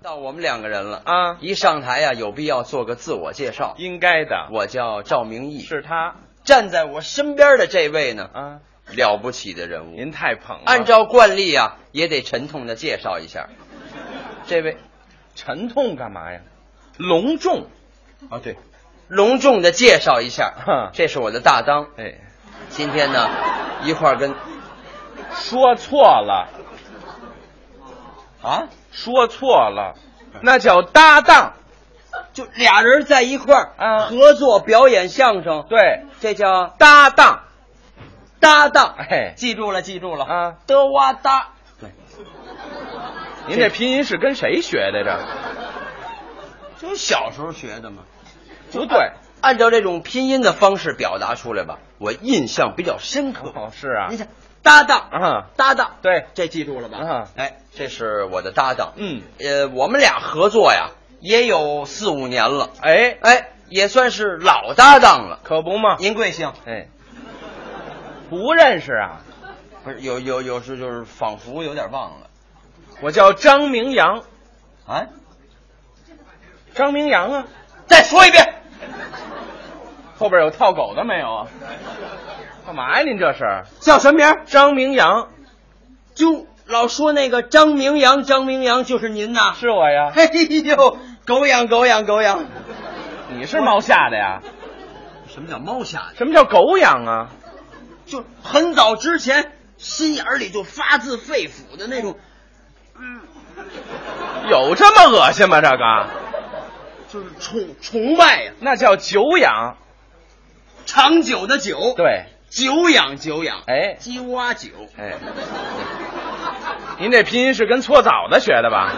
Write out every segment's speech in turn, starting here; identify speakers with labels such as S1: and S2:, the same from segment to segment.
S1: 到我们两个人了，
S2: 啊，
S1: 一上台呀、有必要做个自我介绍。
S2: 应该的，
S1: 我叫赵明义，
S2: 是他
S1: 站在我身边的这位呢，
S2: 啊，
S1: 了不起的人物。
S2: 您太捧了。
S1: 按照惯例啊，也得沉痛的介绍一下这位，
S2: 沉痛干嘛呀？隆重，
S1: 啊对，隆重的介绍一下
S2: 哼，
S1: 这是我的搭档。
S2: 哎，
S1: 今天呢，一块儿跟
S2: 说错了，
S1: 啊，
S2: 说错了，
S1: 嗯
S2: 那叫搭档。
S1: 就俩人在一块儿
S2: 啊
S1: 合作表演相声，
S2: 对，
S1: 这叫
S2: 搭档。
S1: 搭档。
S2: 哎
S1: 记住了，记住了，
S2: 啊，
S1: 德哇搭。
S2: 您这拼音是跟谁学的这？
S1: 就小时候学的嘛。
S2: 不对，
S1: 按照这种拼音的方式表达出来吧，我印象比较深刻。
S2: 哦，是啊
S1: 你，想，搭档，
S2: 啊，
S1: 搭档，
S2: 对，
S1: 这记住了吧？
S2: 啊
S1: 哎，这是我的搭档。
S2: 嗯，
S1: 呃，我们俩合作呀，也有四五年了，
S2: 哎，
S1: 哎，也算是老搭档了。
S2: 可不嘛，
S1: 您贵姓？
S2: 哎，不认识啊，
S1: 不是，有有有时就是仿佛有点忘了。
S2: 我叫张明阳，
S1: 啊，
S2: 张明阳啊，
S1: 再说一遍，
S2: 后边有套狗的没有啊？干嘛呀？您这是
S1: 叫什么名儿？
S2: 张明阳
S1: 就老说那个张明阳，张明阳就是您呐。
S2: 是我呀？
S1: 哎呦，狗痒狗痒狗痒！
S2: 你是猫下的呀？
S1: 什么叫猫下的？
S2: 什么叫狗养啊？
S1: 就很早之前，心眼儿里就发自肺腑的那种，
S2: 有这么恶心吗？这个
S1: 就是崇崇拜呀、
S2: 那叫久仰。
S1: 长久的久，
S2: 对，
S1: 久仰久仰，
S2: 哎
S1: 鸡蛙酒，
S2: 哎，您这拼音是跟搓澡的学的吧？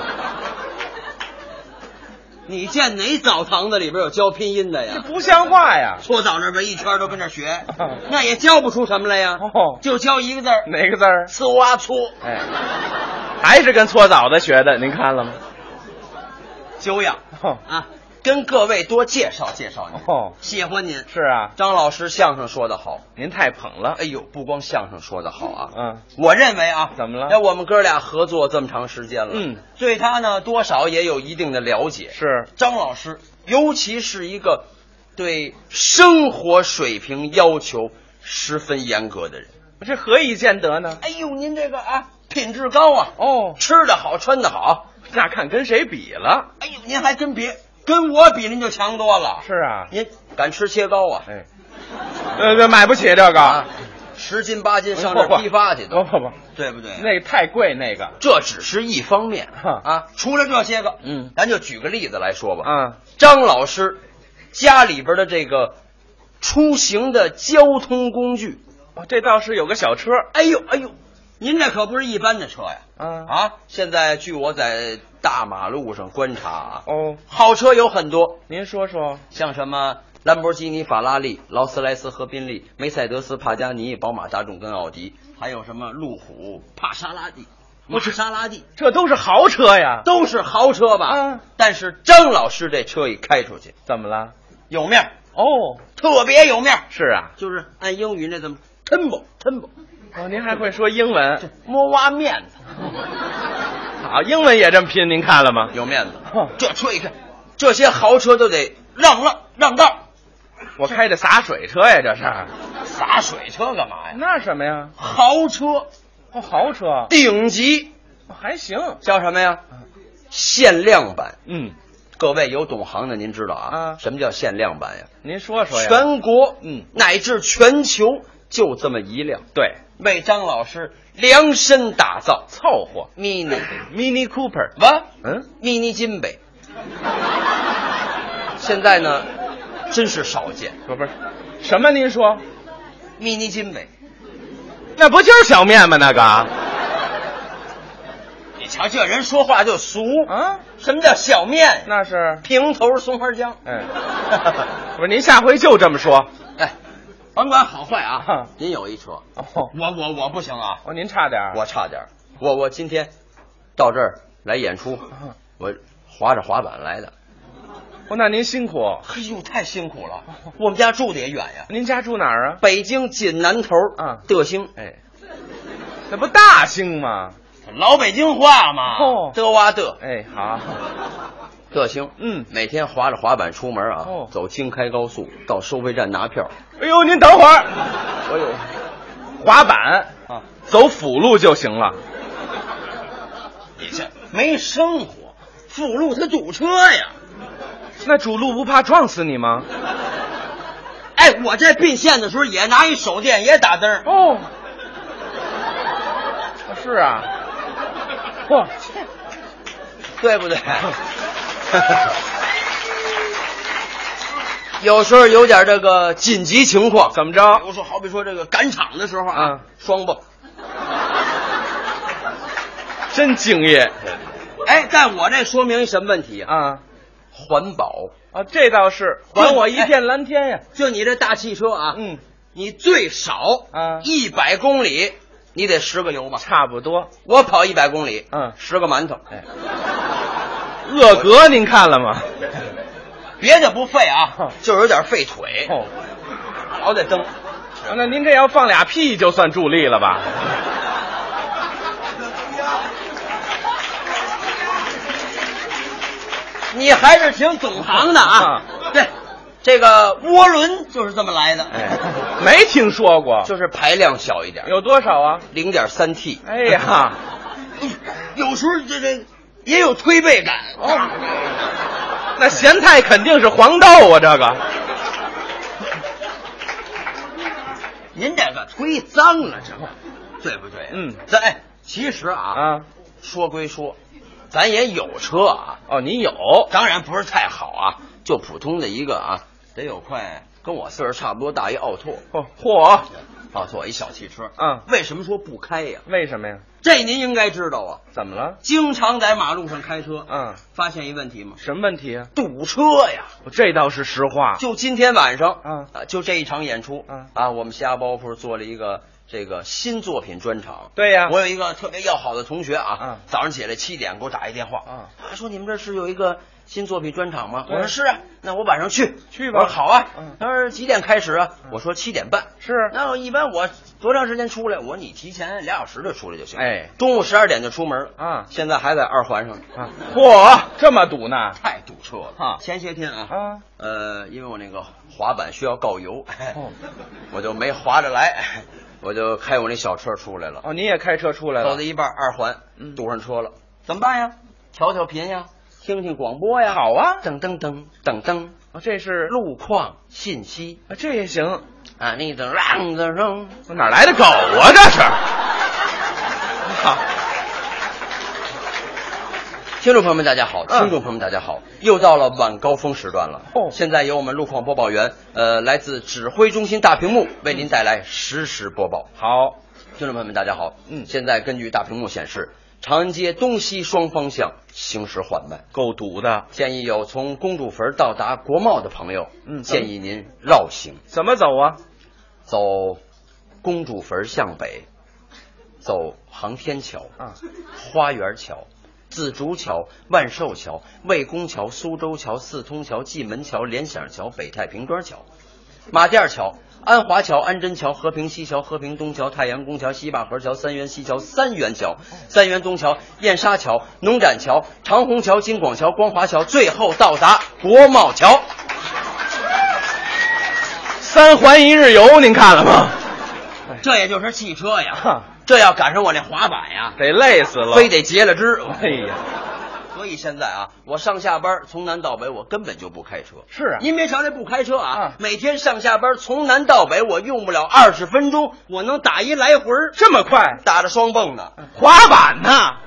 S1: 你见哪澡堂子里边有教拼音的
S2: 这
S1: 呀？哦
S2: 不像话呀！
S1: 搓澡那边一圈都跟那学，那也教不出什么来呀，
S2: 哦，
S1: 就教一个字儿，
S2: 哪个字儿？
S1: 呲哇搓，
S2: 哎，还是跟搓澡的学的，您看了吗？
S1: 久仰
S2: 哦，
S1: 啊！跟各位多介绍介绍您，
S2: 哦
S1: 喜欢您。
S2: 是啊，
S1: 张老师相声说得好，
S2: 您太捧了。
S1: 哎呦，不光相声说得好啊，
S2: 嗯，
S1: 我认为啊，
S2: 怎么了
S1: 那我们哥俩合作这么长时间了，
S2: 嗯，
S1: 对他呢多少也有一定的了解。
S2: 是
S1: 张老师，尤其是一个对生活水平要求十分严格的人。
S2: 这何以见得呢？
S1: 哎呦，您这个啊，品质高啊，
S2: 哦，
S1: 吃的好，穿的好。
S2: 那看跟谁比了。
S1: 哎呦，您还真别跟我比，您就强多了。
S2: 是啊，
S1: 您敢吃切糕啊？
S2: 哎，呃，这买不起这
S1: 啊
S2: 个，，
S1: 十斤八斤上这儿批发去
S2: 不
S1: 都，
S2: 不不，
S1: 对不对？
S2: 哎那个太贵，那个
S1: 这只是一方面
S2: 哈
S1: 啊，除了这些个，
S2: 嗯
S1: 咱就举个例子来说吧。
S2: 啊，
S1: 张老师家里边的这个出行的交通工具，
S2: 哦这倒是有个小车
S1: 哎呦哎呦，您这可不是一般的车呀！
S2: 啊
S1: 啊，现在据我在大马路上观察啊，
S2: 哦，
S1: 好车有很多，
S2: 您说说，
S1: 像什么兰博基尼、法拉利、劳斯莱斯和宾利、梅赛德斯、帕加尼、宝马、大众跟奥迪，还有什么路虎、帕莎拉蒂、玛莎拉蒂。
S2: 这都是豪车呀。
S1: 都是豪车吧？
S2: 嗯
S1: 但是张老师这车一开出去，
S2: 怎么了？
S1: 有面儿，
S2: 哦，
S1: 特别有面儿，
S2: 是啊，
S1: 就是按英语那怎么 tumble tumble，
S2: 哦，您还会说英文？
S1: 摸挖面子，
S2: 好，英文也这么拼，您看了吗？哦
S1: 有面子
S2: 哼。
S1: 这车一看，这些豪车都得让让让道，
S2: 我开着洒水车呀，这是。
S1: 洒水车干嘛呀？
S2: 那什么呀？
S1: 豪车
S2: 哦，豪车
S1: 顶级
S2: 哦还行。
S1: 叫什么呀？限量版。
S2: 嗯，
S1: 各位有懂行的，您知道啊，
S2: 啊
S1: 什么叫限量版呀？
S2: 您说说呀。
S1: 全国，
S2: 嗯
S1: 乃至全球就这么一辆。
S2: 对，
S1: 为张老师量身打造
S2: 凑合。
S1: mini
S2: Mini Cooper，
S1: 吧
S2: 嗯，
S1: mini 金杯，现在呢真是少见
S2: 不不是，什么？您说
S1: mini 金杯。
S2: 那不就是小面吗？那个啊，
S1: 你瞧这人说话就俗，什么叫小面？
S2: 那是。
S1: 平头松花江。
S2: 哎， 不是，您下回就这么说。
S1: 哎，甭管好坏啊
S2: 哈，
S1: 您有一车，
S2: 哦，
S1: 我我我不行啊，
S2: 哦，您差点儿。
S1: 我差点儿，我我今天到这儿来演出，
S2: 啊
S1: 我滑着滑板来的。
S2: 哦，那您辛苦。
S1: 哎呦，太辛苦了，我们家住的也远呀，
S2: 您家住哪儿啊？
S1: 北京锦南头
S2: 啊
S1: 德兴。
S2: 哎，那不大兴吗？
S1: 老北京话嘛，
S2: 哦
S1: 嘚哇嘚，
S2: 哎，好，
S1: 德行。
S2: 嗯
S1: 每天滑着滑板出门啊，
S2: 哦
S1: 走京开高速到收费站拿票。
S2: 哎呦，您等会儿，哎呦，滑板
S1: 啊，
S2: 走辅路就行了。
S1: 你这没生活，辅路它堵车呀。
S2: 那主路不怕撞死你吗？
S1: 哎，我在并线的时候也拿一手电也打灯。
S2: 哦，是啊，嚯，
S1: 对不对？ 有时候有点这个紧急情况，
S2: 怎么着
S1: 比如说，好比说这个赶场的时候
S2: 啊
S1: 啊，双蹦。
S2: 真敬业
S1: 哎，但我这说明什么问题啊？
S2: 啊
S1: 环保，
S2: 啊！这倒是，
S1: 对
S2: 还我一片蓝天呀！
S1: 就你这大汽车啊，
S2: 嗯，
S1: 你最少
S2: 啊
S1: 一百公里，你得十个油吧？
S2: 差不多。
S1: 我跑一百公里，
S2: 嗯
S1: 十个馒头，
S2: 恶格您看了吗？
S1: 别的不费啊
S2: 哼，
S1: 就是有点费腿，
S2: 哦，
S1: 老得蹬。
S2: 那您这要放俩屁就算助力了吧？
S1: 你还是挺懂行的啊。对，这个涡轮就是这么来的，
S2: 哎，没听说过，
S1: 就是排量小一点，
S2: 有多少 啊？
S1: 零点三 T。
S2: 哎呀，
S1: 有时候这这也有推背感。
S2: 哦那咸菜肯定是黄豆啊！这个
S1: 您这个忒脏了，这个对不对？
S2: 嗯
S1: 咱哎，其实啊，
S2: 啊，
S1: 说归说，咱也有车啊，
S2: 哦，您有
S1: 当然不是太好啊，就普通的一个啊，得有快跟我岁数差不多大一奥拓，
S2: 嚯嚯，
S1: 奥拓一小汽车。
S2: 嗯
S1: 为什么说不开呀？
S2: 为什么呀？
S1: 这您应该知道啊。
S2: 怎么了？
S1: 经常在马路上开车，
S2: 嗯，
S1: 发现一问题吗？
S2: 什么问题啊？哦
S1: 堵车呀！
S2: 这倒是实话。
S1: 就今天晚上，
S2: 啊嗯
S1: 啊，就这一场演出，
S2: 嗯
S1: 啊，我们瞎包袱做了一个这个新作品专场。
S2: 对呀
S1: 我有一个特别要好的同学啊，
S2: 嗯
S1: 早上起来七点给我打一电话，
S2: 啊，
S1: 他说你们这是有一个新作品专场吗？
S2: 对
S1: 我说是啊，那我晚上去
S2: 嗯去吧
S1: 我说好啊
S2: 嗯，
S1: 他说几点开始啊？我说七点半。
S2: 是
S1: 那我一般我多长时间出来？我说你提前俩小时就出来就行。
S2: 哎，
S1: 中午十二点就出门了
S2: 啊
S1: 现在还在二环上呢，
S2: 啊，嚯，这么堵呢？
S1: 太堵车了
S2: 啊
S1: 前些天啊，
S2: 啊，
S1: 呃，因为我那个滑板需要告油，
S2: 哦
S1: 我就没滑着来， 我就开我那小车出来了。
S2: 哦，您也开车出来
S1: 走
S2: 了
S1: 到，一半，二环
S2: 嗯
S1: 堵上车了，怎么办呀？调调频呀，听听广播呀。，
S2: 好啊，
S1: 噔噔噔噔噔，
S2: 哦这是
S1: 路况信息
S2: 啊，这也行，
S1: 啊，那 噔噔噔噔，
S2: 哪来的狗啊？这 是，啊
S1: 听众朋友们，大家好！
S2: 嗯
S1: 听众朋友们，大家好！又到了晚高峰时段了。
S2: 哦
S1: 现在由我们路况播报员，呃，来自指挥中心大屏幕为您带来实时播报。
S2: 好，
S1: 听众朋友们，大家好。
S2: 嗯
S1: 现在根据大屏幕显示，长安街东西双方向行驶缓慢，
S2: 够堵的，
S1: 建议有从公主坟到达国贸的朋友，
S2: 嗯
S1: 建议您绕行，
S2: 怎么走啊？
S1: 走公主坟向北，走航天桥、
S2: 啊，
S1: 花园桥、自竹桥、万寿桥、魏公桥、苏州桥、四通桥、蓟门桥、联想桥、北太平庄桥、马甸桥、安华桥、安贞桥、和平西桥、和平东桥、太阳宫桥、西坝河桥、三元西桥、三元桥、三元东桥、燕莎桥、农展桥、长虹桥、金广桥、光华桥，最后到达国贸桥。
S2: 三环一日游，您看了吗？
S1: 这也就是汽车呀，
S2: 哈，
S1: 这要赶上我那滑板呀，
S2: 得累死了，
S1: 非，得截了肢。
S2: 哎呀，
S1: 所以现在啊，我上下班从南到北，我根本就不开车。
S2: 是啊，
S1: 您别瞧这不开车啊
S2: 啊，
S1: 每天上下班从南到北，我用不了二十分钟，我能打一来回儿，
S2: 这么快，
S1: 打着双蹦呢。
S2: 滑板呢？